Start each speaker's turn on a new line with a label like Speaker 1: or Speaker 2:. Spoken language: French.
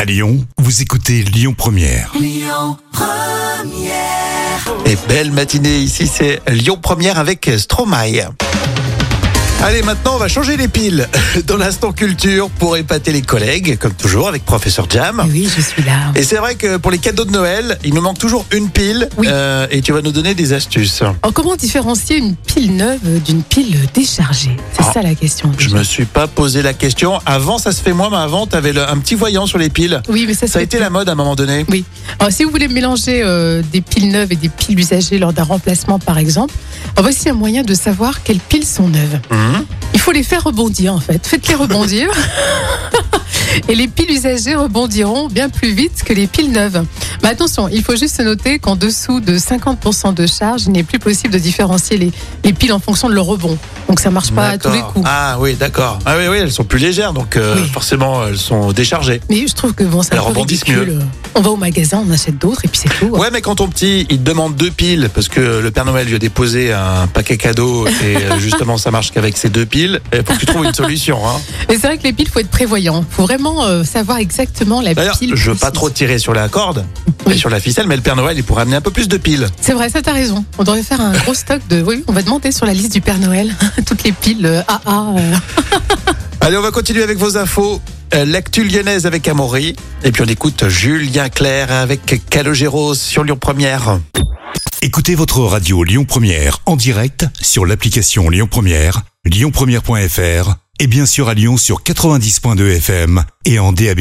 Speaker 1: À Lyon, vous écoutez Lyon Première.
Speaker 2: Et belle matinée ici, c'est Lyon Première avec Stromae. Allez, maintenant, on va changer les piles dans l'instant culture pour épater les collègues, comme toujours, avec Professeur Jam.
Speaker 3: Oui, je suis là.
Speaker 2: Et c'est vrai que pour les cadeaux de Noël, il nous manque toujours une pile.
Speaker 3: Oui.
Speaker 2: euh, et tu vas nous donner des astuces.
Speaker 3: Alors, comment différencier une pile neuve d'une pile déchargée C'est
Speaker 2: Ah,
Speaker 3: ça la question.
Speaker 2: Je me suis pas posé la question. Avant, ça se fait moins, mais avant, t'avais le- un petit voyant sur les piles.
Speaker 3: Oui, mais ça,
Speaker 2: Ça a été la mode à un moment donné.
Speaker 3: Oui. Alors, si vous voulez mélanger euh, des piles neuves et des piles usagées lors d'un remplacement, par exemple, alors, voici un moyen de savoir quelles piles sont neuves.
Speaker 2: Mhm.
Speaker 3: Il faut les faire rebondir, en fait. Faites-les rebondir. Et les piles usagées rebondiront bien plus vite que les piles neuves. Mais attention, il faut juste noter qu'en dessous de 50% de charge, il n'est plus possible de différencier les, les piles en fonction de leur rebond. Donc ça marche pas à tous les
Speaker 2: D'accord.
Speaker 3: coups.
Speaker 2: Ah oui, d'accord. Ah oui, oui, elles sont plus légères, donc euh,
Speaker 3: Oui.
Speaker 2: forcément, elles sont déchargées.
Speaker 3: Mais je trouve que bon, c'est
Speaker 2: Elles
Speaker 3: un peu
Speaker 2: rebondissent
Speaker 3: ridicule. On va au magasin, on achète d'autres et puis c'est tout.
Speaker 2: Ouais, mais quand ton petit, il te demande deux piles parce que le Père Noël lui a déposé un paquet cadeau et euh, justement ça marche qu'avec ces deux piles. Il faut que tu trouves une solution. Hein.
Speaker 3: Mais c'est vrai que les piles, faut être prévoyant. Faut vraiment euh, savoir exactement la
Speaker 2: D'ailleurs,
Speaker 3: pile.
Speaker 2: je veux
Speaker 3: précise.
Speaker 2: pas trop tirer sur la corde et
Speaker 3: Oui.
Speaker 2: sur la ficelle, mais le Père Noël il pourrait amener un peu plus de piles.
Speaker 3: C'est vrai, ça t'as raison. On devrait faire un gros stock de. Oui, on va demander sur la liste du Père Noël toutes les piles euh, AA. euh.
Speaker 2: Allez, on va continuer avec vos infos. Euh, L'actu lyonnaise avec Amaury et puis on écoute Julien Clerc avec Calogero sur Lyon Première.
Speaker 1: Écoutez votre radio Lyon Première en direct sur l'application Lyon Première, lyonpremière.fr et bien sûr à Lyon sur 90.2 FM et en DAB+.